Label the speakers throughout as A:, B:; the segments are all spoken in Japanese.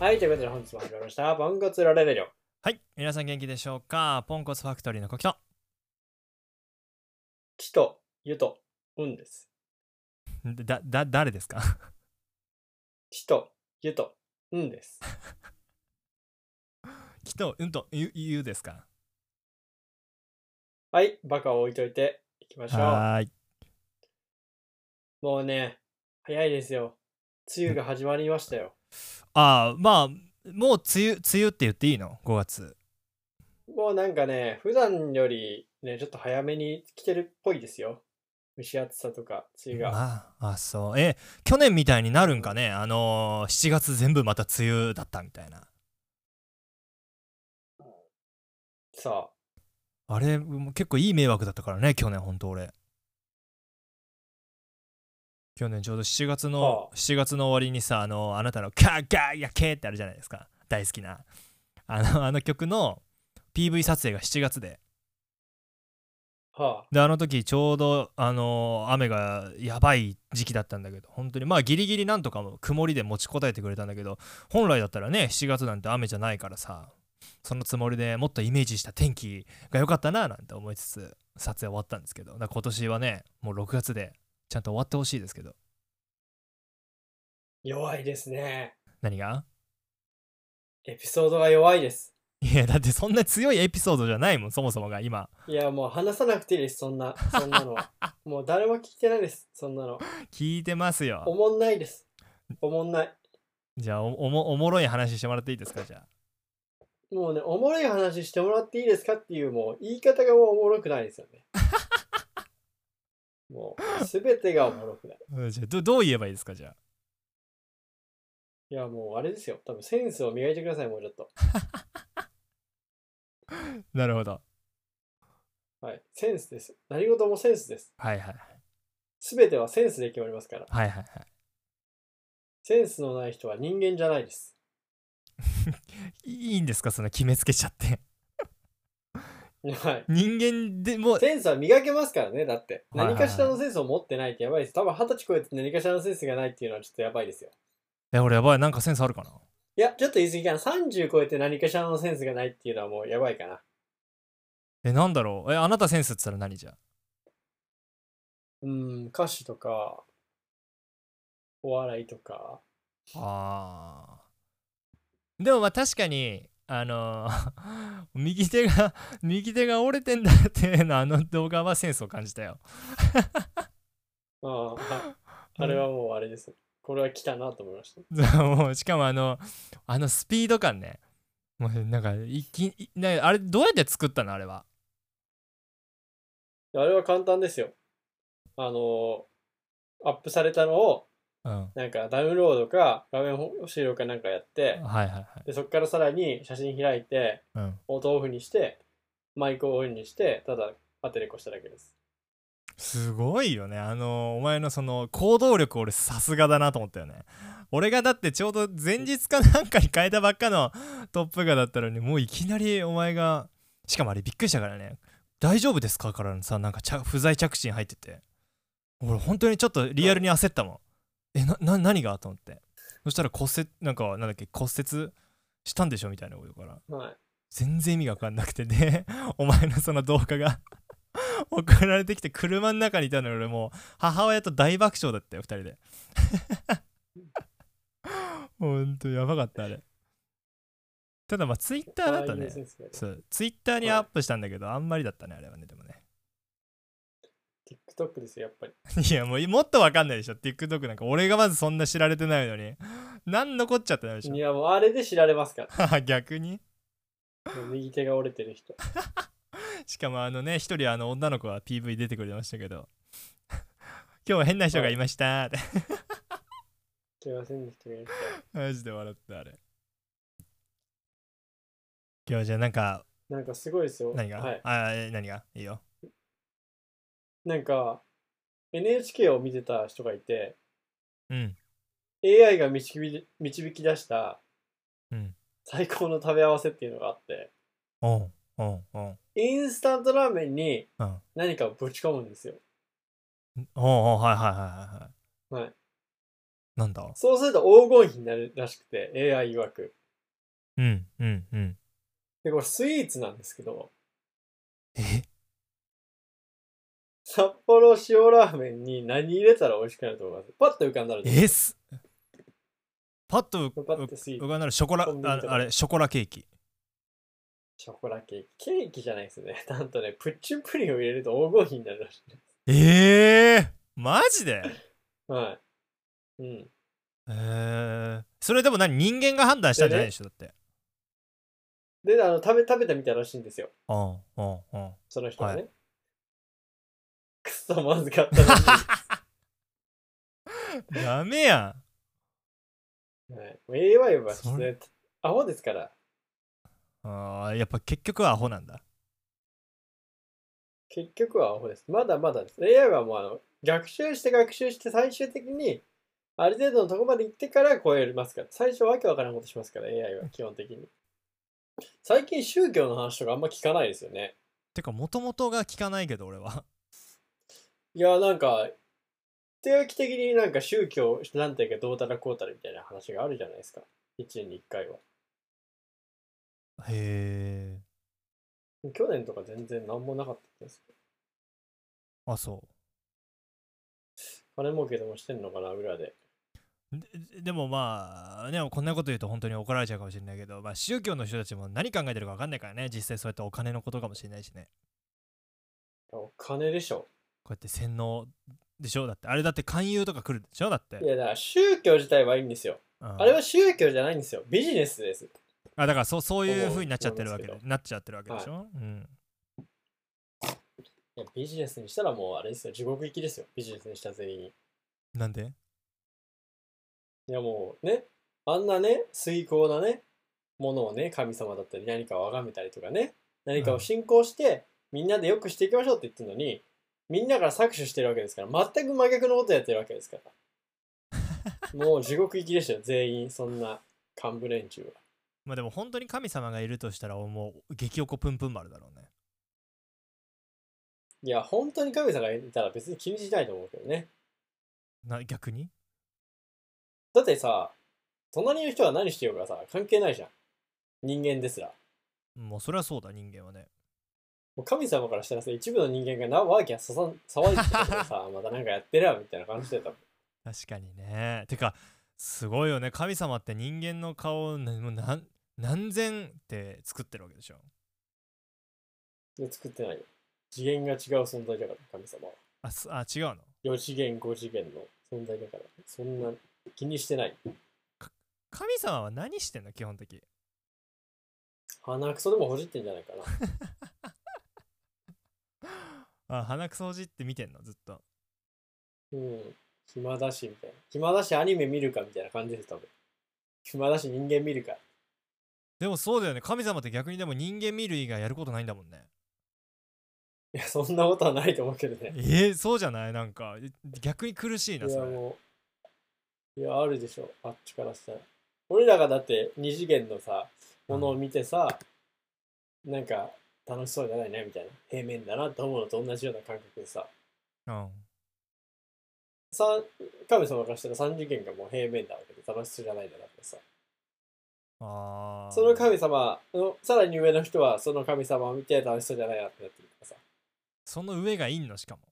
A: はい、ということで本日も始まりました。ポンコツラレレリョ。
B: はい、皆さん元気でしょうかポンコツファクトリーのコキと。
A: きと、ゆと、うんです。
B: だ、だ、誰ですか
A: きと、ゆと、うんです。
B: きと、うんと、ゆ、ゆですか
A: はい、バカを置いといていきましょ
B: はーい。
A: う。もうね、早いですよ。梅雨が始まりましたよ。
B: ああ、まあ、もう梅雨、梅雨って言っていいの ?5 月。
A: もうなんかね、普段よりね、ちょっと早めに来てるっぽいですよ。蒸し暑さとか、梅雨が。
B: ああ、あそう。え、去年みたいになるんかねあのー、7月全部また梅雨だったみたいな。
A: さあ、
B: あれ、もう結構いい迷惑だったからね、去年、ほんと俺。去年ちょうど7月の、
A: あ
B: 7月の終わりにさ、あの、あなたのカーガーやけーってあるじゃないですか。大好きな。あの、あの曲の PV 撮影が7月で。
A: はあ、
B: で、あの時ちょうど、あの、雨がやばい時期だったんだけど、本当に、まあギリギリなんとかも曇りで持ちこたえてくれたんだけど、本来だったらね、7月なんて雨じゃないからさ、そのつもりでもっとイメージした天気が良かったななんて思いつつ撮影終わったんですけどだから今年はねもう6月でちゃんと終わってほしいですけど
A: 弱いですね。
B: 何が
A: エピソードが弱いです。
B: いやだってそんな強いエピソードじゃないもんそもそもが今
A: いや、もう話さなくていいです、そんな、そんなのは。もう誰も聞いてないです、そんなの。
B: 聞いてます
A: お
B: よ
A: もんないです。おもんない。
B: じゃあおおもおもろい話してもらっていいですかじゃ
A: もうね、おもろい話してもらっていいですかっていう、もう言い方がもうおもろくないですよ ね。もう、すべてがおもろくない。
B: あうんじゃあどどう言えばいいですかじゃ
A: いや、もうあれですよ。多分センスを磨いてください、もうちょっと。
B: あなるほど
A: はい。センスです。何事もセンスです。
B: はいはい
A: すべてはセンスで決まりますから。
B: はいはいはい
A: センスのない人は人間じゃないです。
B: いいいんですかそんな決めつけちゃって
A: はい。
B: 人間でも
A: センスは磨けますからね、だって。
B: はいはい
A: 何かしらのセンスを持ってないってやばいです。多分二十歳超えて何かしらのセンスがないっていうのはちょっとやばいですよ。
B: え俺やばいなんかセンスあるかない
A: や、ちょっと言い過ぎかな。30超えて何かしらのセンスがないっていうのはもうやばいかな。
B: えなんだろうえあなたセンスっつったら何じゃ
A: うん、歌手とか、お笑いとか。
B: あーでもまあ確かにあのー 右手が右手が折れてんだっていうのあの動画はセンスを感じたよ
A: ああ、はあれはもうあれです。これは来たなと思いました。
B: もうしかもあのあのスピード感ねもうなんかいきいなあれどうやって作ったのあれは
A: あれは簡単ですよ。あの、アップされたのを、
B: うんは
A: なんかダウンロードか、画面収録かなんかやっ
B: い
A: て、
B: はいはい
A: でそこからさらに写真開いて、
B: うん
A: オートオフにして、マイクをオンにして、ただ当てれこしただけです。
B: すごいよねあのお前のその行動力俺さすがだなと思ったよね俺がだってちょうど前日かなんかに変えたばっかの トップガーだったのにもういきなりお前がしかもあれびっくりしたからね大丈夫ですかからのさなんかちゃ不在着信入ってて俺本当にちょっとリアルに焦ったもんえなな何がと思ってそしたら骨折なんかなんだっけ骨折したんでしょみたいなことから
A: はい。
B: 全然意味が分かんなくてで お前のその動画が 送られてきて車の中にいたのに俺もう母親と大爆笑だったよ2人で ほんとやばかったあれただまあツイッターだと
A: ああい
B: ね
A: うセンスだね
B: そうツイッターにアップしたんだけど、あんまりだったねあれはねでもね
A: TikTok ですよ、やっぱり。
B: いやもうもっと分かんないでしょ TikTok なんか俺がまずそんな知られてないのに何残っちゃってないでし
A: いや、もうあれで知られますから。
B: ょ 逆に
A: もう右手が折れてる人。
B: しかもあのね一人あの女の子は PV 出てくれましたけど 今日は変な人がいましたって
A: すいませんでしたね。
B: マジで笑ったあれ今日じゃあなんか
A: なんかすごいですよ。
B: 何が、
A: はい。
B: あえ何がいいよ
A: なんか、NHK を見てた人がいて、
B: うん
A: AI が導き導き出した
B: うん
A: 最高の食べ合わせっていうのがあって、
B: おうおうおう
A: インスタントラーメンに
B: うん
A: 何かをぶち込むんですよ。
B: おうおうはいはいはいはいはい
A: はい。
B: なんだ
A: そうすると黄金比になるらしくて、AI 曰く。
B: うんうんうん
A: で、これスイーツなんですけど、
B: え
A: 札幌塩ラーメンに何入れたら美味しくなると思いますパッと浮かんだら
B: えっすパッと
A: パッと
B: 浮
A: スイーツ
B: 浮かんだらショコラ
A: コンビニと
B: あ
A: か
B: あれショコラケーキ
A: ショコラケーキケーキじゃないですね なんとねプッチンプリンを入れると黄金比になるらしいです
B: ええマジで
A: はいうん
B: えー、それでも何人間が判断したんじゃないでしょだって
A: であの食べ食べてみたらしいんですよ
B: うんうんうん
A: その人はね、
B: は
A: くっそまずかったの
B: ダメや
A: に、はい、もう AY はちょっとねアホですから
B: んあーやっぱ結局はアホなんだ
A: 結局はアホです。まだまだです。AI はもうあの学習して学習して最終的にある程度のとこまで行ってから超えますから。最初わけわからんことしますから、AI は基本的に。最近宗教の話とかあんま聞かないですよね。
B: てかもともとが聞かないけど俺はい
A: や、なんか、定期的になんか宗教なんていうかどうたらこうたらみたいな話があるじゃないですか。1年に1回は。
B: へえ
A: 去年とか全然何もなかったです。
B: あそ
A: 金儲けでもしてんのかな、裏で。
B: うででもまあねこんなこと言うと本当に怒られちゃうかもしれないけど、まあ、宗教の人たちも何考えてるか分かんないからね実際そうやってお金のことかもしれないしね
A: お金でしょ。
B: こうやって洗脳でしょだってあれだって勧誘とか来るでしょだって
A: いや、だから宗教自体はいいんですよ。
B: うん
A: あれは宗教じゃないんですよ。ビジネスです。
B: あだからそうそういう風になっちゃってるわけ
A: 思
B: で
A: うんです
B: なっちゃってるわけでしょ、うん
A: いや、ビジネスにしたらもうあれですよ。地獄行きですよ。ビジネスにした全員。い
B: なんで
A: や、もうね、あんなね、崇高なね、ものをね、神様だったり何かを崇めたりとかね、何かを信仰して、みんなで良くしていきましょうって言ってるのに、みんなから搾取してるわけですから、全く真逆のことやってるわけですから。もう地獄行きでしたよ、全員、そんな幹部連中は。
B: まあでも本当に神様がいるとしたらもう激おこぷんぷん丸だろうね
A: いや、本当に神様がいたら別に気にしないと思うけどね。
B: な逆に
A: だってさ、隣の人は何してようがさ、関係ないじゃん。人間ですら。
B: もうそれはそうだ人間はね
A: もう神様からしたらさ、一部の人間がな、ワーキャーささん騒いでたからさ、ま たなんかやってるわ、みたいな感じでたもん。
B: 確かにねてかすごいよね神様って人間の顔をなもう何何千って作ってるわけでしょ
A: で、作ってないよ。次元が違う存在だから、神様は。
B: あすあ違うの
A: 4次元、5次元の存在だから。そんな気にしてない。
B: 神様は何してんの基本的
A: 鼻くそでもほじってんじゃないかな。
B: あ鼻くそほじって見てんのずっと
A: うん。暇だし、みたいな。暇だし、アニメ見るか、みたいな感じです、多分。暇だし、人間見るか。
B: でもそうだよね神様って逆にでも人間見る以外やることないんだもんね
A: いや、そんなことはないと思うけどね。
B: えー、そうじゃないなんかえ逆に苦しい
A: い
B: なそ
A: や、
B: れ
A: もう。いや、あるでしょ。あっちからしたら。俺らがだって二次元のさ、ものを見てさ、なんか楽しそうじゃないねみたいな。平面だなと思うのと同じような感覚でさ。
B: うん
A: さ神様からしたら三次元がもう平面だわけで楽しそうじゃないだなってさ。
B: あー
A: その神様の、さらに上の人はその神様を見て楽しそうじゃないなってなってるからさ。
B: その上がいんのしかも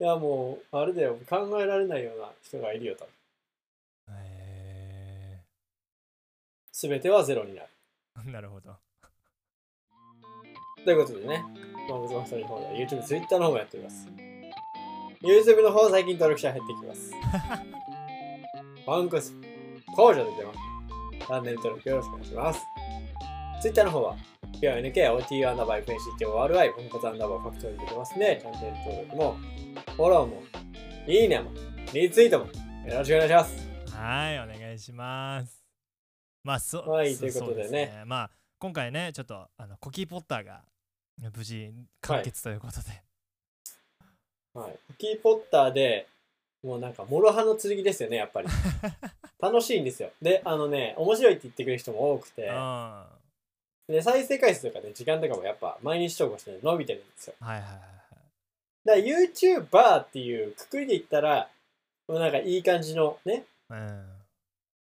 A: いや、もう、あれだよ。考えられないような人がいるよ、多分。
B: へ
A: すべてはゼロになる。
B: えー、なる ほど
A: ということでね、動物マストの方では YouTube、Twitter の方もやっております。YouTube の方最近登録者減ってきます。ワンコス、工場で出ます。チャンネル登録よろしくお願いします。Twitter の方は、PONKOTU アンダーバー FNCTORI、ポンコツアンダーバーファクトリーで出ますね。チャンネル登録も、フォローも、いいねも、リツイートも、よろしくお願いします。
B: はい、お願いします。まあ、そう。
A: はい
B: そ
A: ということでね
B: そまあ、今回ね、ちょっと、あの、コキーポッターが無事完結ということで。
A: はい。キーポッターで、もうなんか、諸刃の剣ですよね、やっぱり。楽しいんですよ。で、あのね、面白いって言ってくれる人も多くて
B: う、ん。は
A: で、再生回数とかね、時間とかもやっぱ、毎日投稿して伸びてるんですよ。
B: いはいはいはい。
A: だから YouTuber っていうくくりで言ったら、もうなんかいい感じのね、
B: うんはい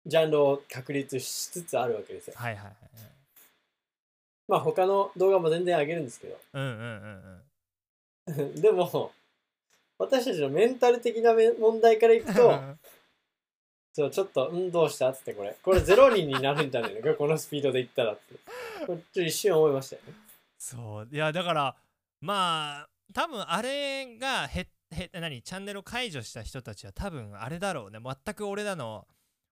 A: ジャンルを確立しつつあるわけですよ。
B: はいはい
A: まあ他の動画も全然上げるんですけど、
B: うんうんうん
A: でも、私たちのメンタル的なめ問題からいく
B: う
A: と、
B: ん
A: そうちょっと、うん、どうしたっつってこれ、これゼロ人になるんじゃない のか、このスピードでいったらって。これちょっと一瞬思いましたよね。
B: そういやだからまあ多分あれがへへ何チャンネルを解除した人たちは多分あれだろうね全く俺らの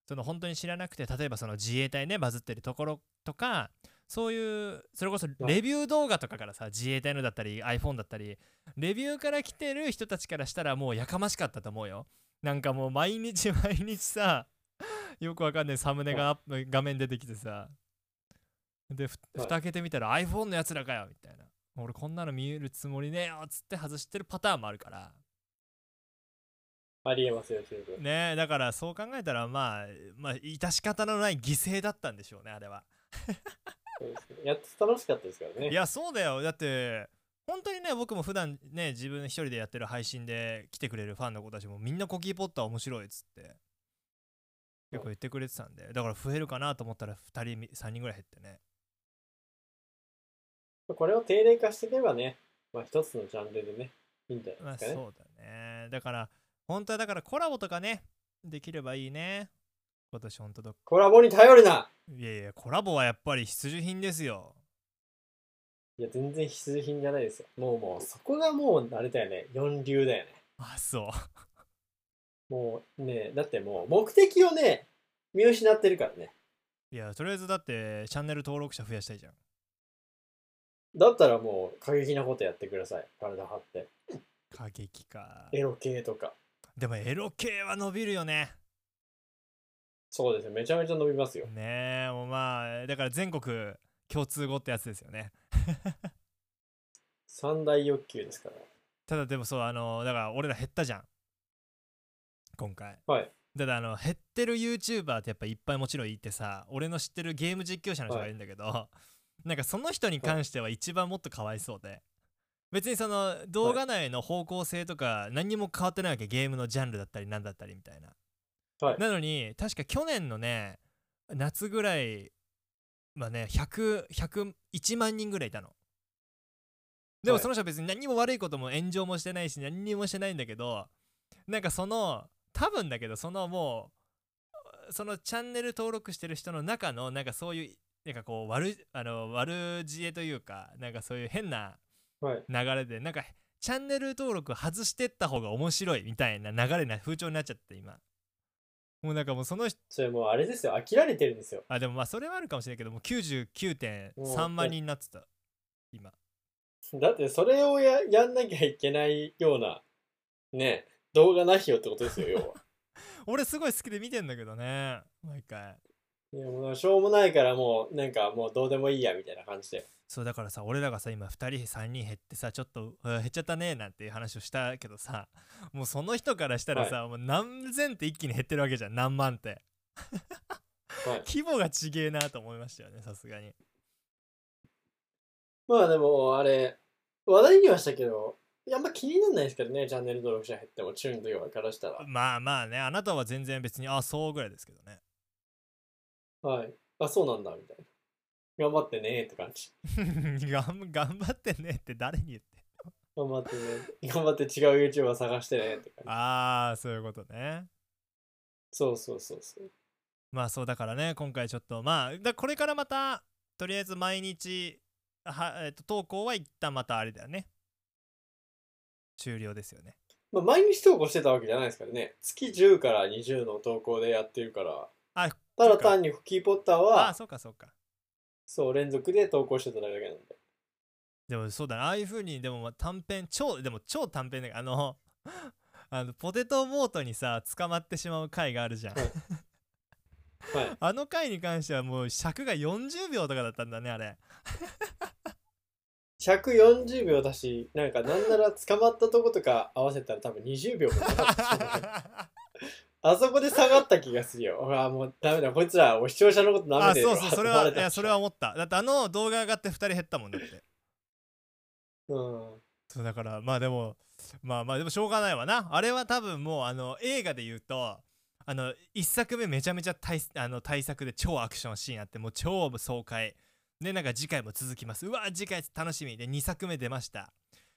B: その本当に知らなくて例えばその自衛隊ねバズってるところとかそういうそれこそレビュー動画とかからさ自衛隊のだったり iPhone だったりレビューから来てる人たちからしたらもうやかましかったと思うよなんかもう毎日毎日さよくわかんないサムネがアップ画面出てきてさでふ
A: はい
B: 蓋開けてみたら iPhone のやつらかよみたいな俺こんなの見えるつもりねえよっつって外してるパターンもあるから
A: ありえますよ、十分。
B: ねえだからそう考えたらまあまあ致し方のない犠牲だったんでしょうねあれは
A: そうですねやって楽しかったですからね。
B: いやそうだよだって本当にね僕も普段ね自分一人でやってる配信で来てくれるファンの子たちもみんなコキーポッター面白いっつって結構言ってくれてたんでだから増えるかなと思ったら2人み3人ぐらい減ってね
A: これを定例化していけばね、まあ一つのジャンルでね、いいんじゃ
B: ま
A: ない
B: あ
A: ですかね。
B: そうだねだから本当はだからコラボとかねできればいいね今年本当どっ
A: コラボに頼るない
B: やいやコラボはやっぱり必需品ですよ
A: いや、全然必需品じゃないですよ。もうもう、そこがもう、あれだよね、四流だよね。
B: あそう
A: もうね、だってもう、目的をね、見失ってるからね。
B: いやとりあえずだってチャンネル登録者増やしたいじゃん
A: だったらもう、過激なことやってください。体張って。
B: 過激か
A: エロ系とか。
B: でもエロ系は伸びるよね
A: そうですね、めちゃめちゃ伸びますよ。
B: ねえもうまあだから全国共通語ってやつですよね
A: 三大欲求ですから。
B: ただでもそうあのだから俺ら減ったじゃん今回
A: はい
B: ただあの減ってる YouTuber ってやっぱいっぱいもちろんいてさ俺の知ってるゲーム実況者の人がいるんだけど、なんかその人に関しては一番もっとかわいそうで別にその動画内の方向性とか何にも変わってないわけゲームのジャンルだったり何だったりみたいな
A: はい。
B: なのに確か去年のね夏ぐらいまあね1001万人ぐらいいたのでも
A: はい
B: その人は別に何も悪いことも炎上もしてないし何にもしてないんだけどなんかその多分だけどそのもうそのチャンネル登録してる人の中のなんかそういうなんかこう悪あの悪知恵というかなんかそういう変な
A: はい。
B: 流れでなんかチャンネル登録外してった方が面白いみたいな流れな風潮になっちゃって今もうなんかもうその人
A: それもう、あれですよ、飽きられてるんですよ。
B: あでもまあそれはあるかもしれないけどもう99.3万人になってた今
A: だって、それをややんなきゃいけないような、ね、動画なきよってことですよ、要は。
B: 俺すごい好きで見てんだけどね毎回
A: いやもうしょうもないからもうなんかもうどうでもいいやみたいな感じで
B: そうだからさ俺らがさ今2人3人減ってさちょっとうん減っちゃったねなんていう話をしたけどさもうその人からしたらさ、もう何千って一気に減ってるわけじゃん何万って
A: はい
B: 規模がちげえなと思いましたよねさすがに
A: まあでもあれ話題にはしたけどあんま気にならないですけどねチャンネル登録者減ってもチューンというからしたら
B: まあまあねあなたは全然別にあそうぐらいですけどね
A: はいあそうなんだみたいな頑張ってねって感じ
B: 頑頑張ってねって誰に言って
A: 頑張ってね頑張って違う YouTuber 探してねって感じ
B: ああそういうことね
A: そうそうそうそう
B: まあそうだからね今回ちょっとまあだこれからまたとりあえず毎日は、えっと投稿は一旦またあれだよね終了ですよね
A: まあ毎日投稿してたわけじゃないですからね月10から20の投稿でやってるから
B: あ
A: た
B: そう
A: だ
B: か
A: 単にフキーポッター
B: ああ
A: は
B: そうかそうか
A: そう連続で投稿してただけなんで
B: でもそうだなああいう風にでもまあ短編超でも超短編だけどあの あのポテトボートにさ捕まってしまう回があるじゃん
A: はいはい
B: あの回に関してはもう尺が40秒とかだったんだねあれ
A: 140秒だし、なんかなんなら捕まったとことか合わせたら多分20秒もかかってし まうあそこで下がった気がするよ。ほら、もうダメだ、こいつら、お視聴者のことダ
B: あ
A: メだ
B: そ
A: よ。
B: うそうそ れはいやそれは。思っただってあの動画上がって2人減ったもんだって
A: うん。
B: そうだからまあでもまあまあでもしょうがないわなあれは多分もうあの映画で言うとあの1作目めちゃめちゃ大あの大作で超アクションシーンあってもう超爽快でなんか次回も続きますうわ次回楽しみで2作目出ました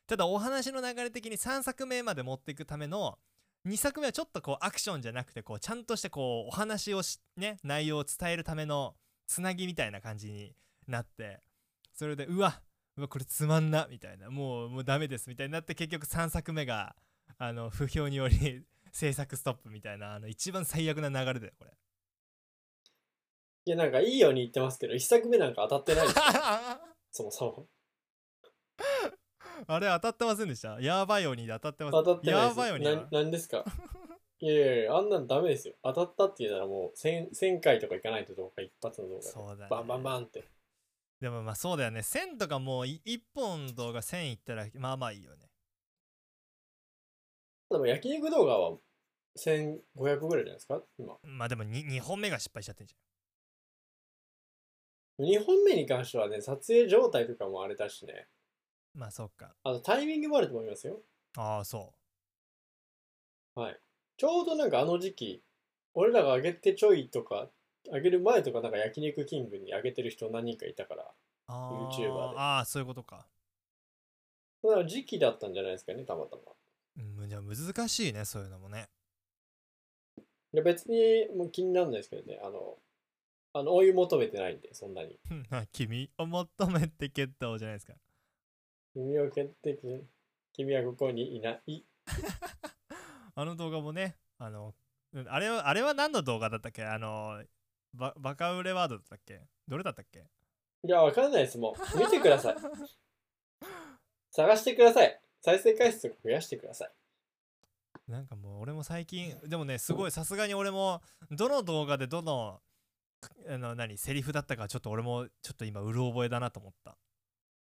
B: ただお話の流れ的に3作目まで持っていくための2作目はちょっとこうアクションじゃなくてこうちゃんとしてこうお話をしね内容を伝えるためのつなぎみたいな感じになってそれでうわうわこれつまんなみたいなもうもうダメですみたいになって結局3作目があの不評により 制作ストップみたいなあの一番最悪な流れだよ これ
A: いや、なんかいいように言ってますけど、一作目なんか当たってないです、
B: あ
A: そもそも。
B: れ当たってませんでしたやばいようにで当たってません
A: 当たってないです。
B: やばいように
A: ななんです かいやいやいや、あんなんダメですよ。当たったって言うならもう1000、1000回とかいかないとどうか一発の動画で。
B: そうだね
A: バンバンバンって。
B: でもまあそうだよね1000とかもう1本の動画1000いったらまあまあいいよね
A: でも焼肉動画は1500ぐらいじゃないですか今。
B: まあでも 2, 2本目が失敗しちゃってんじ
A: 2本目に関してはね、撮影状態とかもあれだしね。
B: ゃんまあそっか
A: あとタイミングもあると思いますよ。
B: ああそ
A: ちょうどなんかあの時期、俺らが上げてちょいとか、上げる前とかなんか焼肉キングに上げてる人何人かいたから、
B: うあー
A: YouTuber で
B: あーそういうことか
A: だから時期だったんじゃないですかね、たまたま。
B: うんじゃあ難しいねそういうのもね
A: いや別にもう気にならないですけどね、あの、あの、追い求めてないんで、そんなに。
B: うんあ君を求めて決闘じゃないですか
A: 君を決定的に、君はここにいない。
B: あの動画もねあのうんあれはあれは何の動画だったっけあのババカ売れワードだったっけどれだったっけ
A: いや、わかんないです、もう。見てくだ さい。探してください。再生回数を増やしてください。
B: なんかもう俺も最近でもねすごいさすがに俺もどの動画でどのあの何セリフだったかちょっと俺もちょっと今うろ覚えだなと思った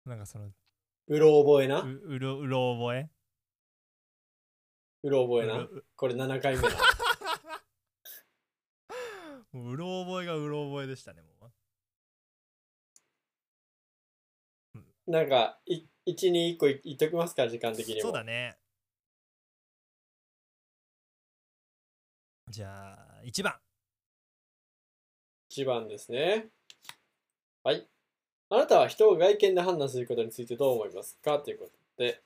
B: なんかその
A: うろ覚え
B: う
A: な。
B: うろうろ覚え
A: うろ覚え
B: う
A: な
B: ろ。う
A: これ7回目 な。
B: もううろ覚えがうろ覚えでしたねもう
A: なんか、い1、2、1個い言っときますか、時間的にも。
B: そうだねじゃあ1番
A: 1番ですね。はい。あなたは人を外見で判断することについてどう思いますかということで。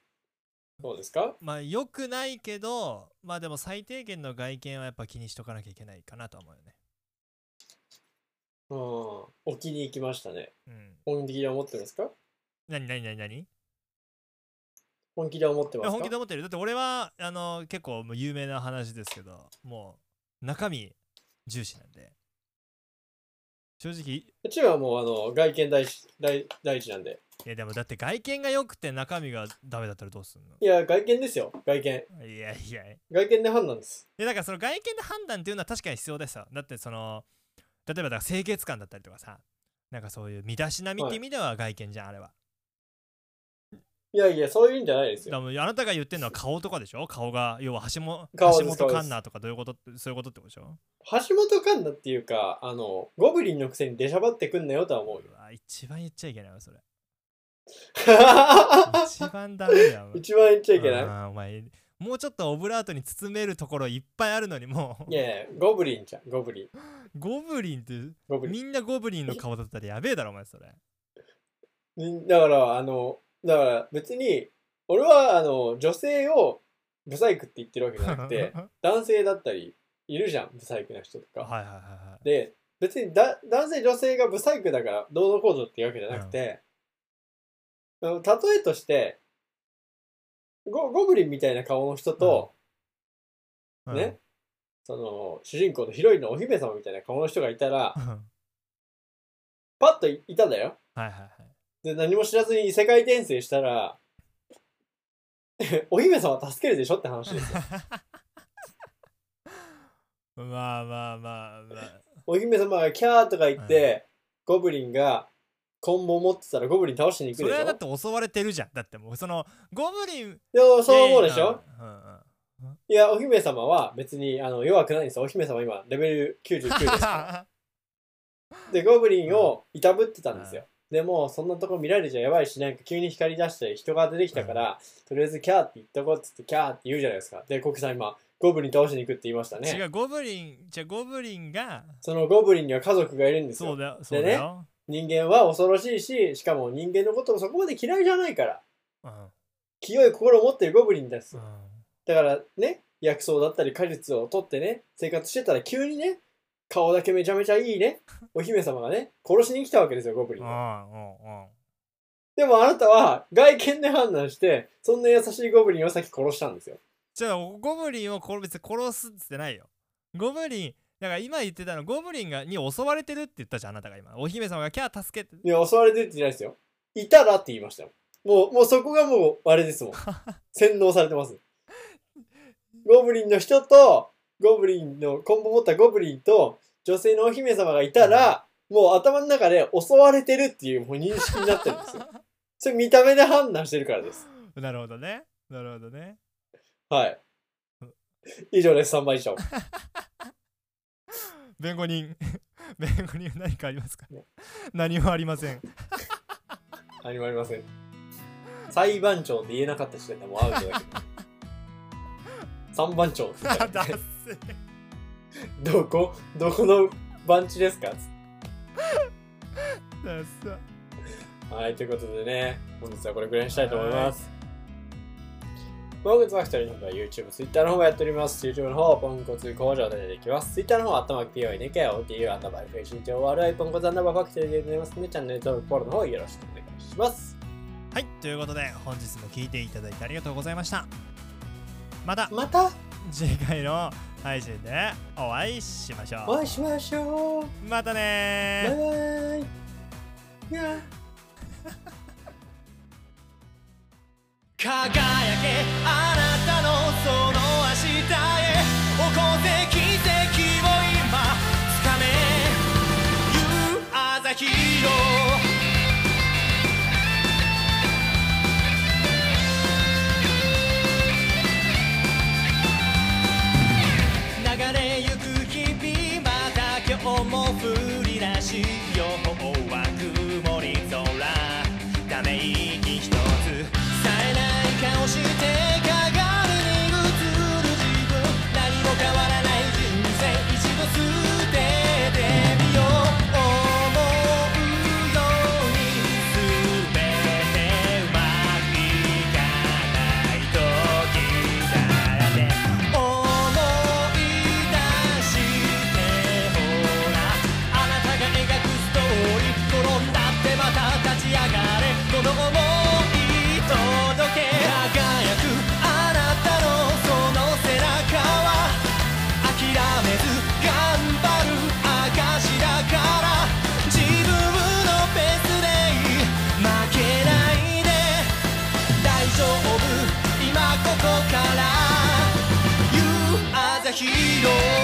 A: どうですか
B: まあ良くないけどまあでも最低限の外見はやっぱ気にしとかなきゃいけないかなとは思うよね
A: うん。お気に行きましたね。
B: うん
A: 本気で思ってますか
B: 何何何何
A: 本気で思って
B: い
A: ま
B: や
A: すか
B: 本気で思ってるだって俺はあの結構もう有名な話ですけどもう中身重視なんで正直いう
A: ちはもうあの外見大事大大事なんで。
B: やでもだって外見が良くて中身がダメだったらどうすん
A: いや、外見ですよ。外見。
B: のいやいやい
A: 外見で判断です。
B: やだからその外見で判断っていうのは確かに必要ですよだってその例えばだから清潔感だったりとかさなんかそういう身だしなみって意味では外見じゃんあれは、
A: いやいや、そういうんじゃないですよ。
B: だからもうあなたが言ってるのは顔とかでしょ顔が要は橋も橋
A: 顔です顔
B: 本
A: です
B: 環奈とかどういうことってそういうことってことでしょ
A: 橋本環奈っていうか、あの、ゴブリンのくせに出しゃばってくんなよとは思う よ。
B: うわ一番言っちゃいけないわそれ一番ダメだよ
A: 一番言っちゃいけない。
B: あーお前もうちょっとオブラートに包めるところいっぱいあるのにも
A: いやいや、ゴブリンじゃん、ゴブリン。
B: うゴブリンって
A: ゴブリン。
B: みんなゴブリンの顔だったらやべえだろお前それ
A: みだから、あの、だから別に、俺はあの、女性をブサイクって言ってるわけじゃなく て、
B: は
A: 男性だったり、いるじゃん、ブサイクな人と
B: い
A: か。
B: はいはいは
A: で別にだ男性女性が不細工だからどうのこうのっていうわけじゃなくて、あの例えとしてゴゴブリンみたいな顔の人と、
B: い
A: ねその主人公のヒロインのお姫様みたいな顔の人がいたら
B: うんはい
A: パッといいたんだよ
B: はいはい
A: で何も知らずに異世界転生したら お姫様助けるでしょって話ですよ
B: まあまあまあまあ
A: お姫様がキャーとか言って、ゴブリンが棍棒持ってたらゴブリン倒しに行く
B: そ
A: でし
B: れはだっ
A: ょ
B: て襲われてるじゃんだってもうそのゴブリン
A: でもそう思うでしょ、
B: うんうんうん
A: いや、お姫様は別にあの弱くないんですよ。お姫様今、レベル99ですから。で、ゴブリンをいたぶってたんですよ。でもうそんなとこ見られちゃやばいしなんか急に光り出して人が出てきたから、とりあえずキャーって言っとこうっつってキャーって言うじゃないですかでコキさん今ゴブリン倒しに行くって言いました
B: 違
A: ね
B: うゴブリンじゃあゴブリンが
A: そのゴブリンには家族がいるんです
B: そう
A: よ
B: だそうだよ、
A: 人間は恐ろしいししかも人間のこともそこまで嫌いじゃないから
B: うん
A: 清い心を持ってるゴブリンです、
B: うん
A: だからね薬草だったり果実を取ってね生活してたら急にね顔だけめちゃめちゃいいねお姫様がね殺しに来たわけですよゴブリン
B: う
A: は
B: んうんうん
A: でもあなたは外見で判断してそんな優しいゴブリンをさっき殺したんですよ
B: じゃあゴブリンをこれ別に殺すっつってないよゴブリンだから今言ってたのゴブリンがに襲われてるって言ったじゃんあなたが今お姫様がキャー助けて
A: いや襲われてるって言ってないですよいたらって言いましたよもうもうそこがもうあれですもん洗脳されてますゴブリンの人とゴブリンのコンボ持ったゴブリンと女性のお姫様がいたらもう頭の中で襲われてるっていうもう認識になってるんですよそれ見た目で判断してるからです
B: なるほどねなるほどね
A: はい以上です3倍以上
B: 弁護人 弁護人何かありますか何もあり ません
A: 何もありません裁判長って言えなかった時点でもうアウトだけど三番長って言ったか
B: だっ
A: らね
B: せ
A: どこどこの番地ですか
B: だっさ
A: はいということでね本日はこれぐらいにしたいと思いますポンコツファクトリーの方は YouTube、Twitter の方もやっております。YouTube の方、ポンコツ工場でできます。Twitter の方、アットマーク PONKOTU、アンダーバー FHTORI、ポンコツアンダーバーファクトリーでございますので、チャンネル登録、フォローの方よろしくお願いします。
B: はいということで本日も聞いていただいてありがとうございましたまた
A: また
B: 次回の配信でお会いしまし
A: お
B: ょ
A: 会いしましょう。
B: うまたねー
A: バイバイ。いや
B: 輝けあなたのその明日へ起こせ奇跡を今掴め夕朝日よ流れゆく日々また今日も降り出し予報は曇り空ため息一つ冴えない顔して鏡に映る自分何も変わらない人生一度捨ててみよう思うように全てうまくいかない時だって思い出してほらあなたが描くストーリー転んだってまた立ち上がれこの想い届け輝くあなたのその背中は諦めず頑張る証だから自分のペースでいい負けないで大丈夫今ここから You are the hero